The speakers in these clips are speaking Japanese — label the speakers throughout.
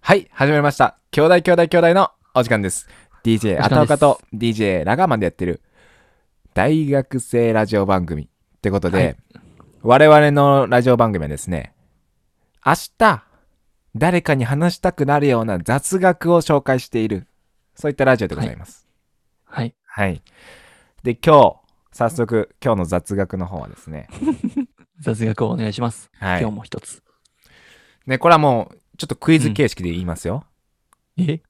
Speaker 1: はい、始まりました。兄弟兄弟兄弟のお時間です。
Speaker 2: お時間で
Speaker 1: DJ
Speaker 2: す
Speaker 1: アタオカと DJ ラガーマンでやってる大学生ラジオ番組ってことで、
Speaker 2: はい
Speaker 1: 我々のラジオ番組はですね、明日誰かに話したくなるような雑学を紹介している、そういったラジオでございます。
Speaker 2: はい。
Speaker 1: はい。で、今日、早速今日の雑学の方はですね、
Speaker 2: 雑学をお願いします。
Speaker 1: は
Speaker 2: 今日
Speaker 1: い。
Speaker 2: も一つ。
Speaker 1: ね、これはもうちょっとクイズ形式で言いますよ。
Speaker 2: え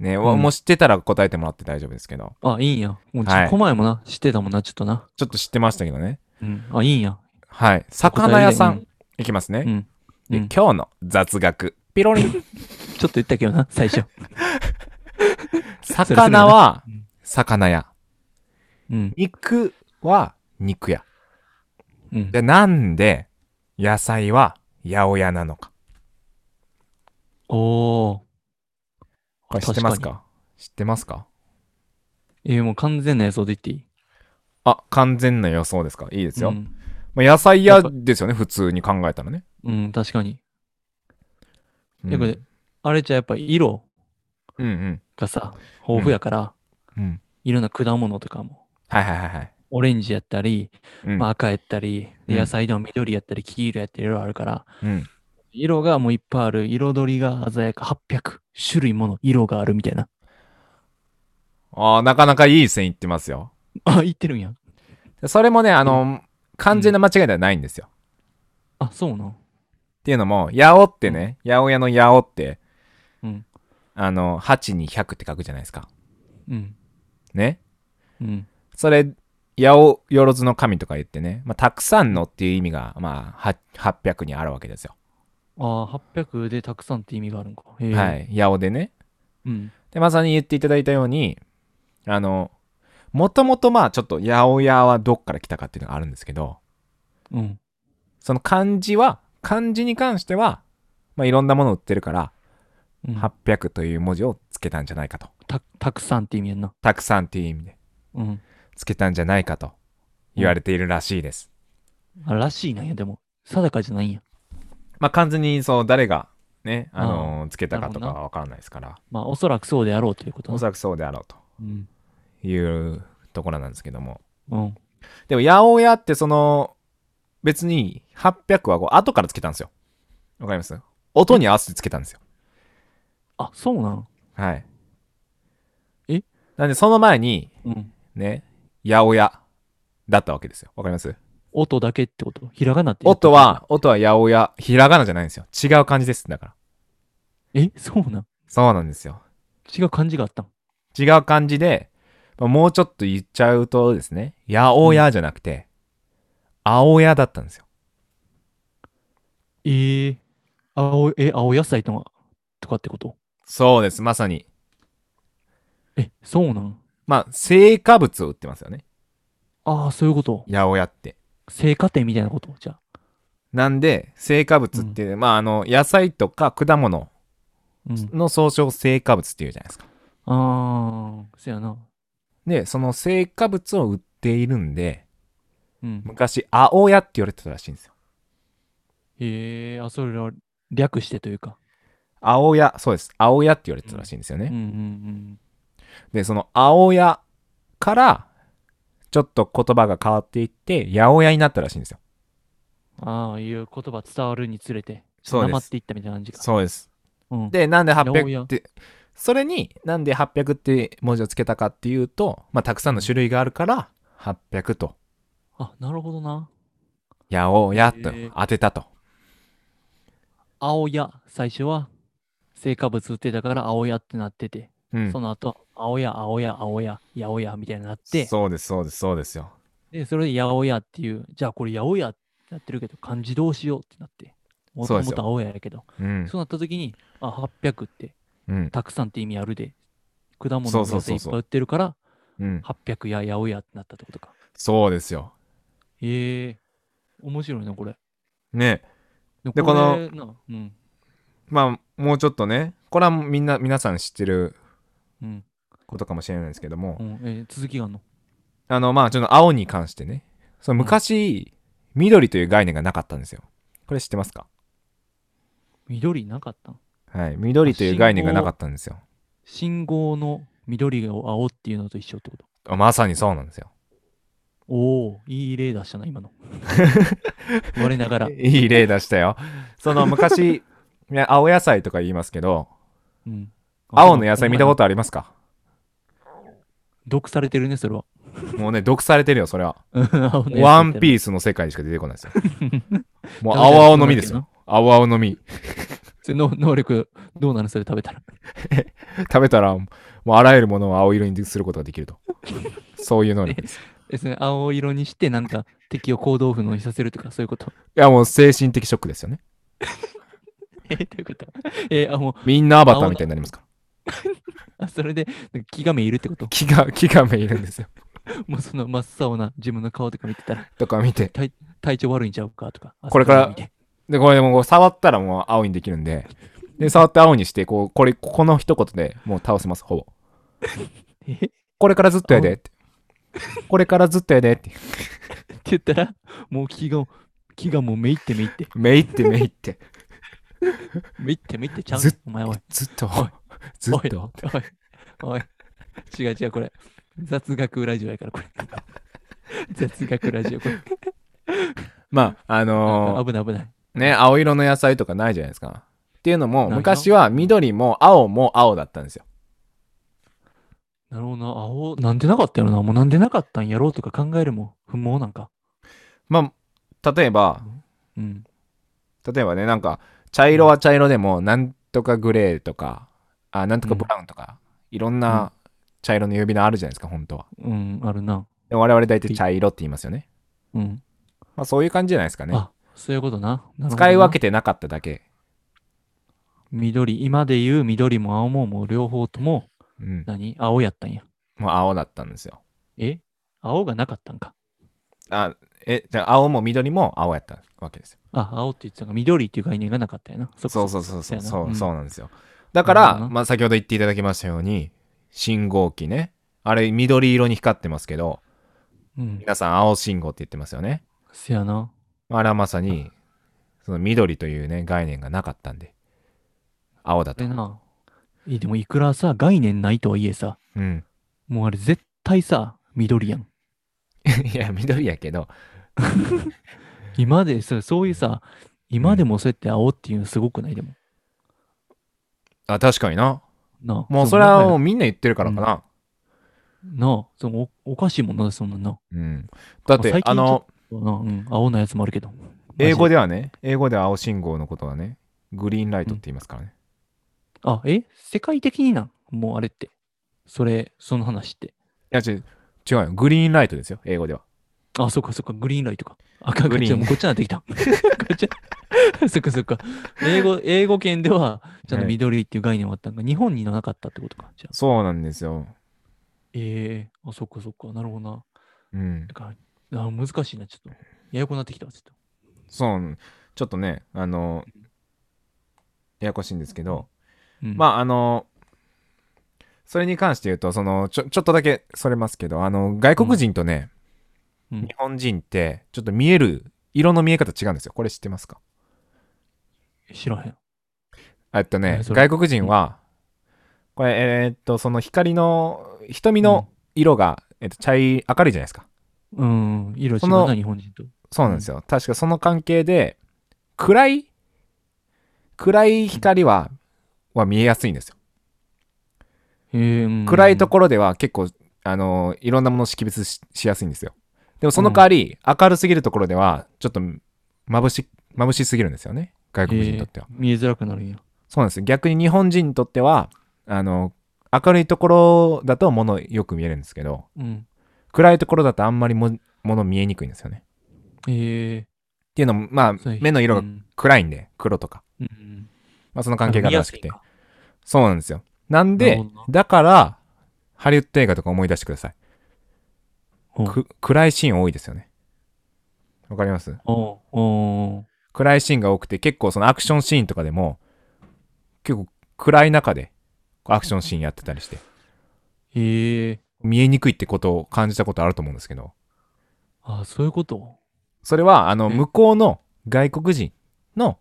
Speaker 1: ね、わ
Speaker 2: うん
Speaker 1: もう知ってたら答えてもらって大丈夫ですけど。
Speaker 2: あ、いいんや。もう
Speaker 1: はい
Speaker 2: 10個前もな、知ってたもんな、ちょっとな。
Speaker 1: ちょっと知ってましたけどね。
Speaker 2: うん。あ、いいんや。
Speaker 1: はい。魚屋さ
Speaker 2: 答
Speaker 1: ん、いきます
Speaker 2: う
Speaker 1: ね。
Speaker 2: ん。う
Speaker 1: で
Speaker 2: ん、ちょ
Speaker 1: 今日の雑学。ピロリン。
Speaker 2: っと言ったけどな、最初。
Speaker 1: 魚は
Speaker 2: うん
Speaker 1: 魚屋。
Speaker 2: うん。
Speaker 1: 肉は肉屋。
Speaker 2: うん。
Speaker 1: で、なんで野菜は八百屋なのか。
Speaker 2: おー。
Speaker 1: これ知ってます
Speaker 2: 確
Speaker 1: か知ってますか
Speaker 2: にえーもう完全な予想で言っていい
Speaker 1: あ、完全な予想ですかいいですよ。
Speaker 2: うん。
Speaker 1: まあ、野菜屋ですよね、普通に考えたらね。
Speaker 2: うん、確かに。
Speaker 1: うん
Speaker 2: やっぱりあれじゃやっぱ色
Speaker 1: うんうん。
Speaker 2: がさ、豊富やから、
Speaker 1: うん。
Speaker 2: いろんな果物とかも、
Speaker 1: はいはいはいはい。
Speaker 2: オレンジやったり、
Speaker 1: うん。
Speaker 2: まあ、赤やったり、で
Speaker 1: うん
Speaker 2: 野菜でも緑やったり、黄色やったり、いろいろあるから、
Speaker 1: うん
Speaker 2: 色がもういっぱいある、彩りが鮮やか、800種類もの色があるみたいな。
Speaker 1: ああ、なかなかいい線いってますよ。
Speaker 2: あ、言ってるんや。
Speaker 1: それもね、あの、完全な間違いではないんですよ。
Speaker 2: あ、そうなん。
Speaker 1: っていうのも、八尾ってね、八百屋の八尾って、
Speaker 2: うん。
Speaker 1: あの、8に100って書くじゃないですか。
Speaker 2: うん。
Speaker 1: ね。
Speaker 2: うん。
Speaker 1: それ、八尾万の神とか言ってね、まあ、たくさんのっていう意味が、まあ、は800にあるわけですよ。
Speaker 2: ああ、800でたくさんって意味があるんか。へえ
Speaker 1: は。い。八尾でね。
Speaker 2: うん。
Speaker 1: で、まさに言っていただいたように、あの、もともとまあ、ちょっと八百屋はどっから来たかっていうのがあるんですけど、
Speaker 2: うん。
Speaker 1: その漢字は、漢字に関しては、まあ、いろんなものを売ってるから、
Speaker 2: うん、
Speaker 1: 800という文字をつけたんじゃないかと。
Speaker 2: たたくさんって意味やんな。
Speaker 1: たくさんっていう意味で。
Speaker 2: うん。
Speaker 1: つけたんじゃないかと言われているらしいです。
Speaker 2: あらしいなんや、でも。定かじゃないんや。
Speaker 1: まあ完全にそう誰がね、あのーつけたかとか
Speaker 2: なるほど
Speaker 1: はわからないですから、
Speaker 2: まあ、おそらくそうであろうということ
Speaker 1: お
Speaker 2: な
Speaker 1: そらくそうであろうと
Speaker 2: うん。
Speaker 1: いうところなんですけども。
Speaker 2: うん。
Speaker 1: でも八百屋ってその別に800はこう後からつけたんですよ。わかります音に合わせてつけたんですよ。
Speaker 2: あ、そうなん。
Speaker 1: はい。
Speaker 2: え
Speaker 1: なんでその前に
Speaker 2: うん。
Speaker 1: ね、八百屋だったわけですよ。わかります
Speaker 2: 音だけってことひらがなって。
Speaker 1: 音。は、音は八百屋、ひらがなじゃないんですよ。違う漢字です。だから。
Speaker 2: え、そうなん。
Speaker 1: そうなんですよ。
Speaker 2: 違う漢字があったん。
Speaker 1: 違う感じで、まあもうちょっと言っちゃうとですね、八百屋じゃなくて、青屋だったんですよ。
Speaker 2: えー、青、え、青野菜とか、とかってこと
Speaker 1: そうです、まさに。
Speaker 2: え、そうなん。
Speaker 1: まあ、成果物を売ってますよね。
Speaker 2: ああ、そういうこと。
Speaker 1: 八百屋って。
Speaker 2: 成果店みたいなことじゃあ。
Speaker 1: なんで、成果物って、まあ、あの、野菜とか果物
Speaker 2: うん。
Speaker 1: の総称を成果物っていうじゃないですか。
Speaker 2: ああ、そやな。
Speaker 1: で、その成果物を売っているんで、
Speaker 2: うん。
Speaker 1: 昔、青屋って言われてたらしいんですよ。
Speaker 2: へえ、あ、それは略してというか。
Speaker 1: 青屋、そうです。青屋って言われてたらしいんですよね。
Speaker 2: うんうん
Speaker 1: で、その青屋から、ちょっと言葉が変わっていって、八百屋になったらしいんですよ。
Speaker 2: うん。ああ、いう言葉伝わるにつれて、
Speaker 1: そうです
Speaker 2: まっていったみたいな感じか。
Speaker 1: そうです。
Speaker 2: うん。
Speaker 1: で、なんで
Speaker 2: 八百屋
Speaker 1: 800って、それになんで800って文字をつけたかっていうと、まあ、たくさんの種類があるから、800と、
Speaker 2: あ、なるほどな。
Speaker 1: 八百屋と
Speaker 2: へえ
Speaker 1: 当てたと。
Speaker 2: 青屋、最初は、成果物売ってたから青屋ってなってて、
Speaker 1: うん
Speaker 2: そ。の後、青屋、青屋、青屋、八百屋みたいになって、
Speaker 1: そうです、そうです、そうですよ。
Speaker 2: で、それで八百屋っていう、じゃあこれ八百屋ってなってるけど、漢字どうしようってなって、も
Speaker 1: そう
Speaker 2: と
Speaker 1: です
Speaker 2: も
Speaker 1: よ
Speaker 2: と青屋やけど、
Speaker 1: うん。
Speaker 2: そうなった時に、あ、800って、
Speaker 1: うん。
Speaker 2: たくさんって意味あるで、果物
Speaker 1: そ
Speaker 2: の
Speaker 1: うそう
Speaker 2: 野
Speaker 1: そ
Speaker 2: 菜
Speaker 1: う
Speaker 2: いっ
Speaker 1: そ
Speaker 2: ぱ
Speaker 1: う
Speaker 2: い売ってるから、
Speaker 1: うん。
Speaker 2: 800や八百屋ってなったってことか。
Speaker 1: そうですよ。
Speaker 2: へえ、面白いな、これ。
Speaker 1: ね。
Speaker 2: で
Speaker 1: でこの
Speaker 2: れな、うん、
Speaker 1: まあ、もうちょっとね、これはみんな、皆さん知ってる
Speaker 2: うん、
Speaker 1: ことかもしれないですけども、
Speaker 2: うん、えー続きがあんの。
Speaker 1: あの、まあ、ちょっと青に関してね。その昔、緑という概念がなかったんですよ。これ知ってますか
Speaker 2: 緑なかったん
Speaker 1: はい、緑という概念がなかったんですよ。
Speaker 2: 信号の緑を青っていうのと一緒ってこと。
Speaker 1: あまさにそうなんですよ。
Speaker 2: おお、いい例出したな、今 の。我ながら。
Speaker 1: いい例出したよ。その 昔、いや青野菜とか言いますけど、
Speaker 2: うん。。
Speaker 1: 青の野菜見たこととありますか
Speaker 2: 毒されてるね、それは。
Speaker 1: もうね、毒されてるよ、それは。
Speaker 2: 青の
Speaker 1: ワン
Speaker 2: ー
Speaker 1: ピースの世界にしか出てこないです よ。もう青々の実ですよ。青々の実。
Speaker 2: その能力、どうなのそれ食べたら。
Speaker 1: 食べたら、もうあらゆるものを青色にすることができると。そういう能力です。
Speaker 2: ですね、青色にして、なんか敵を行動不能にさせるとか、そういうこと。
Speaker 1: いや、もう精神的ショックですよね。
Speaker 2: えー、ということ。 えー、あ、もう、
Speaker 1: みんなアバターみたいになりますから。
Speaker 2: あそれで、なんか気がめいるってこと。
Speaker 1: 気が、 気がめいるんですよ。
Speaker 2: もうその真っ青な自分の顔 とか見てたら、
Speaker 1: とか見て。
Speaker 2: 体調悪いんちゃうかとか。あ
Speaker 1: これから
Speaker 2: そういうの見て
Speaker 1: で、これでもう触ったらもう青にできるんで。で、触って青にして、こう、これ、ここの一言でもう倒せます、ほぼ。
Speaker 2: えー
Speaker 1: これからずっとやでって。 これからずっとやでって。
Speaker 2: って言ったら、もう気が、気がもうめいってめいって、
Speaker 1: めいってめいって。
Speaker 2: めいってめいってちゃう
Speaker 1: ずっ
Speaker 2: お 前おい、
Speaker 1: ずっと
Speaker 2: おい、
Speaker 1: ずっと。
Speaker 2: おい、おい、違う違うこれ、雑学ラジオやからこれ。 雑学ラジオこれ。
Speaker 1: まあ、あ
Speaker 2: あ
Speaker 1: の
Speaker 2: 危ない危ない。
Speaker 1: ーね、青色の野菜とかないじゃないですか。っていうの
Speaker 2: な
Speaker 1: も、
Speaker 2: いな
Speaker 1: 昔は緑も青も青だったんですよ。
Speaker 2: なるほどな、青、なんでなかったよな、もうなんでなかったんやろうとか考えるもん不毛なんか。
Speaker 1: まあ、例えば、
Speaker 2: うん。
Speaker 1: 例えばね、なんか、茶色は茶色でも、なんとかグレーとか、あ、なんとかブラウンとか、いろんな茶色の呼び名あるじゃないですか、本当は。
Speaker 2: うん、あるな。
Speaker 1: で我々大体茶色って言いますよね。
Speaker 2: うん。
Speaker 1: まあ、そういう感じじゃないですかね。
Speaker 2: あ、そういうことな。なるほどな
Speaker 1: 使い分けてなかっただけ。
Speaker 2: 緑、今で言う緑も青ももう両方とも、
Speaker 1: うん。
Speaker 2: 何青やったんや。
Speaker 1: もう青だったんですよ。
Speaker 2: え青がなかったんか。
Speaker 1: あ、え、じゃあ青も緑も青やったわけですよ。
Speaker 2: あ、青って言ってたのが緑っていう概念がなかったよな。そっか
Speaker 1: そう
Speaker 2: そ
Speaker 1: そ
Speaker 2: っ
Speaker 1: うそうそう
Speaker 2: やな
Speaker 1: そう、
Speaker 2: うん
Speaker 1: そうなんですよ。だか
Speaker 2: なる
Speaker 1: ら
Speaker 2: ほど、な
Speaker 1: まあ、先ほど言っていただきましたように、信号機ね。あれ、緑色に光ってますけど、
Speaker 2: か。うん。
Speaker 1: 皆さん青信号って言ってますよね。
Speaker 2: せやな。
Speaker 1: あれはまさに、その緑というね、概念がなかったんで、青だ
Speaker 2: あれ
Speaker 1: と。
Speaker 2: な。いやでもいくらさ、概念ないとはいえさ、
Speaker 1: うん。
Speaker 2: もうあれ絶対さ、緑やん。
Speaker 1: いや、緑やけど、
Speaker 2: 今でそう、そういうさ、今でもそうやって青っていうのすごくないでも。
Speaker 1: あ、確かにな。
Speaker 2: なあ。
Speaker 1: もうそれはもう
Speaker 2: う。
Speaker 1: みんな言ってるからかな。
Speaker 2: なあ。そのおおかしいもんな、そんなんな。
Speaker 1: うん。だっ
Speaker 2: まあ
Speaker 1: て
Speaker 2: 最、近
Speaker 1: あの、
Speaker 2: なあうん、青のやつもあるけど。
Speaker 1: 英語
Speaker 2: で。
Speaker 1: ではね、英語では青信号のことはね、グリーンライトって言いますからね。
Speaker 2: あ、え世界的になんもうあれって。それ、その話って。
Speaker 1: いや、違う違うよ。グリーンライトですよ、英語では。
Speaker 2: あ、そっかそっか、グリーンライトか。赤
Speaker 1: グ
Speaker 2: が
Speaker 1: リーン
Speaker 2: 違うもうこっちになってきた。こっち。 そっかそっか。英語、英語圏では、ちゃんと
Speaker 1: はい
Speaker 2: 緑っていう概念はあったんが、日本にはなかったってことか。じゃあ。
Speaker 1: そうなんですよ。
Speaker 2: ええあ、そっかそっか、なるほどな。
Speaker 1: うん
Speaker 2: な。んかあ難しいな、ちょっと。ややこなってきたわ、ちょっと。
Speaker 1: そう、ちょっとね、あの、ややこしいんですけど、
Speaker 2: うん、
Speaker 1: まあ、あの、それに関して言うと、その、ちょ、ちょっとだけそれますけど、あの、外国人とね、
Speaker 2: うんうん
Speaker 1: 日本人って、ちょっと見える、色の見え方違うんですよ。これ知ってますか
Speaker 2: 知らへん。
Speaker 1: えっとね
Speaker 2: え、それ
Speaker 1: 外国人は、これ、えーっと、その光の、瞳の色が、えっと、茶い、明るいじゃないですか。
Speaker 2: うん、うん、色違
Speaker 1: そうの
Speaker 2: な、日本人と。
Speaker 1: そうなんですよ。確かその関係で、暗い、暗い光は、は見えやすいんですよ。
Speaker 2: ええうん、
Speaker 1: 暗いところでは結構、あのいろんなものを識別ししやすいんですよ。でもその代わり、明るすぎるところでは、ちょっと眩し、眩しすぎるんですよね。外国人にとっては。
Speaker 2: ええ見えづらくなるんや。
Speaker 1: そうなんですよ。逆に日本人にとっては、あの明るいところだと物よく見えるんですけど、
Speaker 2: うん。
Speaker 1: 暗いところだとあんまりも物見えにくいんですよね。
Speaker 2: ええ
Speaker 1: っていうのも、まあ
Speaker 2: そう、
Speaker 1: 目の色が
Speaker 2: うん
Speaker 1: 暗いんで、黒とか。
Speaker 2: うん、
Speaker 1: まあ、その関係が
Speaker 2: 見や
Speaker 1: ら
Speaker 2: す
Speaker 1: し
Speaker 2: い
Speaker 1: く
Speaker 2: ん
Speaker 1: て。
Speaker 2: か
Speaker 1: そうなんですよ。なん
Speaker 2: な
Speaker 1: で
Speaker 2: るほどな、
Speaker 1: だから、ハリウッド映画とか思い出してください。
Speaker 2: ほう
Speaker 1: く暗いシーン多いですよね。わかります
Speaker 2: おうおう
Speaker 1: 暗いシーンが多くて、結構そのアクションシーンとかでも、結構暗い中でアクションシーンやってたりして、
Speaker 2: ええ
Speaker 1: 見えにくいってことを感じたことあると思うんですけど、
Speaker 2: あ、そういうこと
Speaker 1: それは、あの、
Speaker 2: え
Speaker 1: 向こうの外国人の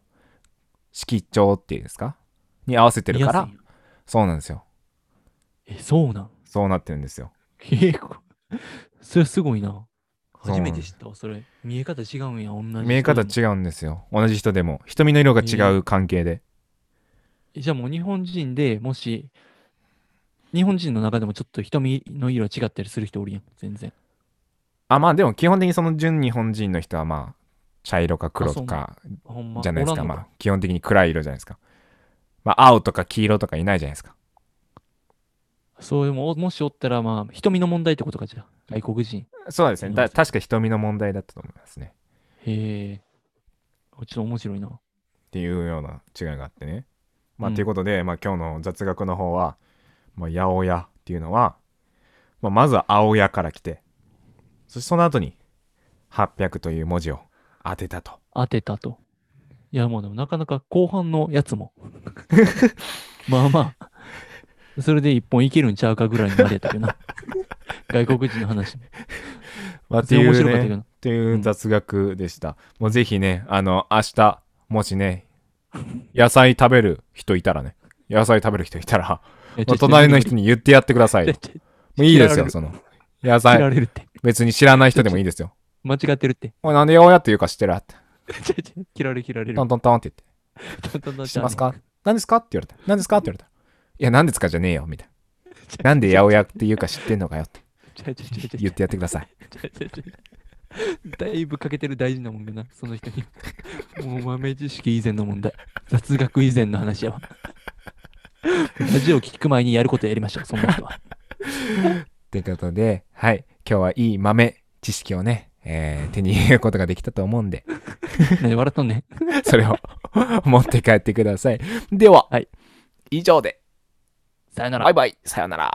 Speaker 1: 色調っていうんですかに合わせてるから
Speaker 2: 見やすいんや
Speaker 1: そうなんですよ
Speaker 2: え、そうなん。
Speaker 1: そうなってるんですよ
Speaker 2: 結構。それすごいな。
Speaker 1: そうな
Speaker 2: 初
Speaker 1: ん
Speaker 2: めて知ったわ、それ。見え方違うんや、同じ人でも。
Speaker 1: 見え方違うんですよ同じ人でも瞳の色が違う関係で、
Speaker 2: じゃあもう日本人でもし、日本人の中でもちょっと瞳の色違ったりする人おるやん、全然。
Speaker 1: あまあでも基本的にその純日本人の人はまあ茶色か黒
Speaker 2: あそう
Speaker 1: か
Speaker 2: ほんま。
Speaker 1: じゃないですか
Speaker 2: おらん
Speaker 1: ま
Speaker 2: の
Speaker 1: あ基本的に暗い色じゃないですかまあ青とか黄色とかいないじゃないですか
Speaker 2: そういうも、もしおったら、まあ、瞳の問題ってことかじゃあ。外国人。
Speaker 1: そうですねだ確か瞳の問題だったと思いますね
Speaker 2: へえ。あちょっと面白いな。
Speaker 1: っていうような違いがあってね。まあ、
Speaker 2: うん
Speaker 1: ということで、まあ、今日の雑学の方は、まあ、八百屋っていうのは、まあ、まずは青屋から来て、そしてその後に800という文字を当てたと。
Speaker 2: 当てたと。いや、もうでもなかなか後半のやつも。まあまあ。それで一本いけるんちゃうかぐらいになれたけどな。外国人の話も。
Speaker 1: まあ、っ
Speaker 2: そ
Speaker 1: て
Speaker 2: れ
Speaker 1: い
Speaker 2: 面白かった
Speaker 1: う、
Speaker 2: け
Speaker 1: ね、
Speaker 2: ど
Speaker 1: っ
Speaker 2: な。
Speaker 1: ていう雑学でした。もうぜひね、あの、明日、もしね、野菜食べる人いたらね、野菜食べる人いたら、
Speaker 2: いやち
Speaker 1: ま
Speaker 2: ょ
Speaker 1: あ隣の
Speaker 2: ち
Speaker 1: 人に言ってやってください
Speaker 2: ょ
Speaker 1: よ。
Speaker 2: ちょちょ
Speaker 1: もういいです
Speaker 2: 嫌われ
Speaker 1: よ、
Speaker 2: る
Speaker 1: その。野
Speaker 2: 切ら
Speaker 1: 菜、
Speaker 2: れるって。
Speaker 1: 別に知らない人でもいいですよ。
Speaker 2: 間違ってるって。
Speaker 1: おい、なんで八百屋って言うか知ってるって。
Speaker 2: ちょちょ切られる切られる
Speaker 1: ト。ントントンって言って。知
Speaker 2: 知
Speaker 1: ってますか何ですかって言われた。何ですかって言われた。いや、何ですかじゃねえよ、みたいな。なんで八百屋って言うか知ってんのかよって言ってやってください。
Speaker 2: だいぶ欠けてる大事なもんだな、その人に。もう豆知識以前の問題。雑学以前の話やわ。ラジオ聞く前にやることやりましょう、そんな人は。
Speaker 1: ということで、はい、今日はいい豆知識をね、えー手に入れることができたと思うんで、
Speaker 2: 何笑っとんねん。
Speaker 1: それを 持って帰ってください。では、
Speaker 2: はい
Speaker 1: 以上で、
Speaker 2: さよなら
Speaker 1: バイ。バイ、さよなら。